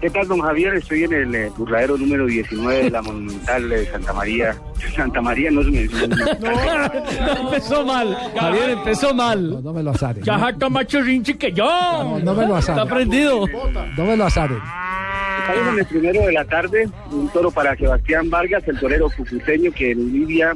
¿Qué tal, don Javier? Estoy en el eh, burladero número 19 de la Monumental de Santa María. Santa María no se me empezó mal. Javier empezó No, mal. no me lo azaren. Ya está más chorrinche que yo. No, no me lo Está azaren. prendido. No me lo azaren. Estamos en el primero de la tarde. Un toro para Sebastián Vargas, el torero cucuteño que en Libia,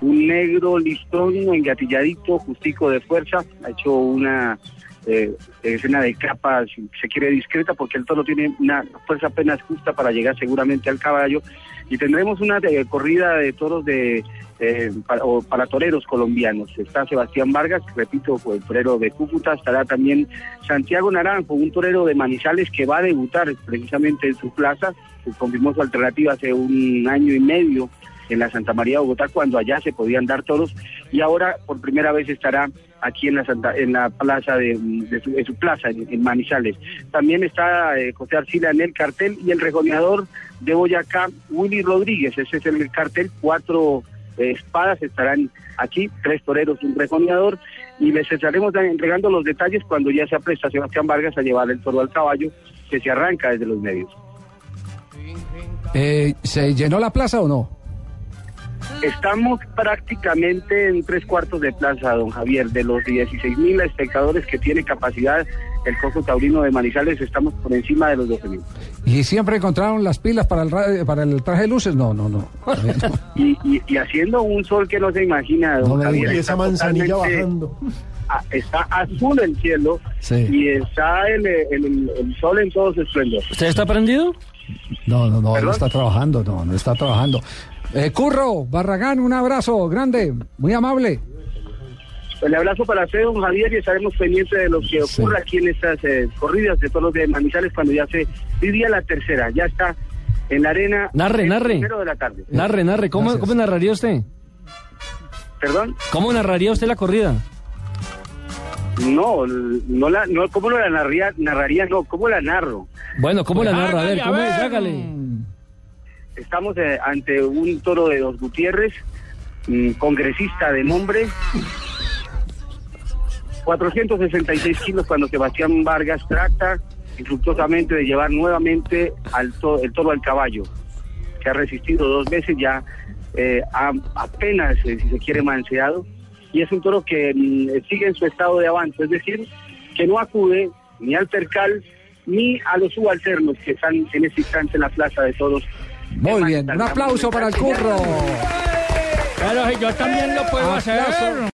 un negro listón, engatilladito, justico de fuerza. Ha hecho una eh, escena de capa, si se quiere discreta, porque el toro tiene una fuerza apenas justa para llegar seguramente al caballo. Y tendremos una eh, corrida de toros de eh, para, o para toreros colombianos. Está Sebastián Vargas, repito, fue el torero de Cúcuta, estará también Santiago Naranjo, un torero de Manizales que va a debutar precisamente en su plaza, se confirmó su alternativa hace un año y medio en la Santa María de Bogotá, cuando allá se podían dar toros, y ahora por primera vez estará aquí en la Santa- en la plaza de, de su, de su plaza, en, en Manizales. También está eh, José Arcila en el cartel y el regoneador de Boyacá, Willy Rodríguez, ese es el cartel, cuatro eh, espadas estarán aquí, tres toreros, un rejoneador, y les estaremos da- entregando los detalles cuando ya se apresta Sebastián Vargas a llevar el toro al caballo, que se arranca desde los medios. Eh, ¿Se llenó la plaza o no? Estamos prácticamente en tres cuartos de plaza, don Javier. De los 16 mil espectadores que tiene capacidad el Coco Taurino de Manizales, estamos por encima de los 12 mil. ¿Y siempre encontraron las pilas para el, ra- para el traje de luces? No, no, no. Y, y- y haciendo un sol que no se imagina, don No me Javier. diga. Y está totalmente- a- Ah, Está azul el cielo Sí. y está el, eh, el- el sol en todo su esplendor. ¿Usted está prendido? No, no, no, él no ¿Perdón? está trabajando, no, no está trabajando. Eh, Curro, Barragán, un abrazo grande, muy amable. El abrazo para usted, don Javier, y estaremos pendientes de lo que ocurra aquí en estas eh, corridas de todos los de Manizales cuando ya se diría la tercera. Ya está en la arena. Narre, el narre. Primero de la tarde. Narre, narre. ¿Cómo, Gracias. ¿Cómo narraría usted? Perdón. ¿Cómo narraría usted la corrida? No, l- no la, no, ¿cómo la narraría? Narraría, no, ¿cómo la narro? Bueno, ¿cómo la narra? A ver, ¿cómo es? Hágale. Estamos eh, ante un toro de los Gutiérrez, mm, congresista de nombre. 466 kilos cuando Sebastián Vargas trata infructuosamente de llevar nuevamente al to- el toro al caballo, que ha resistido dos veces ya, eh, a- apenas, eh, si se quiere, manseado. Y es un toro que mm, sigue en su estado de avance, es decir, que no acude ni al percal ni a los subalternos que están en este instante en la plaza de toros. Muy bien, un aplauso para el Curro. Ah, Claro, yo también lo puedo hacer.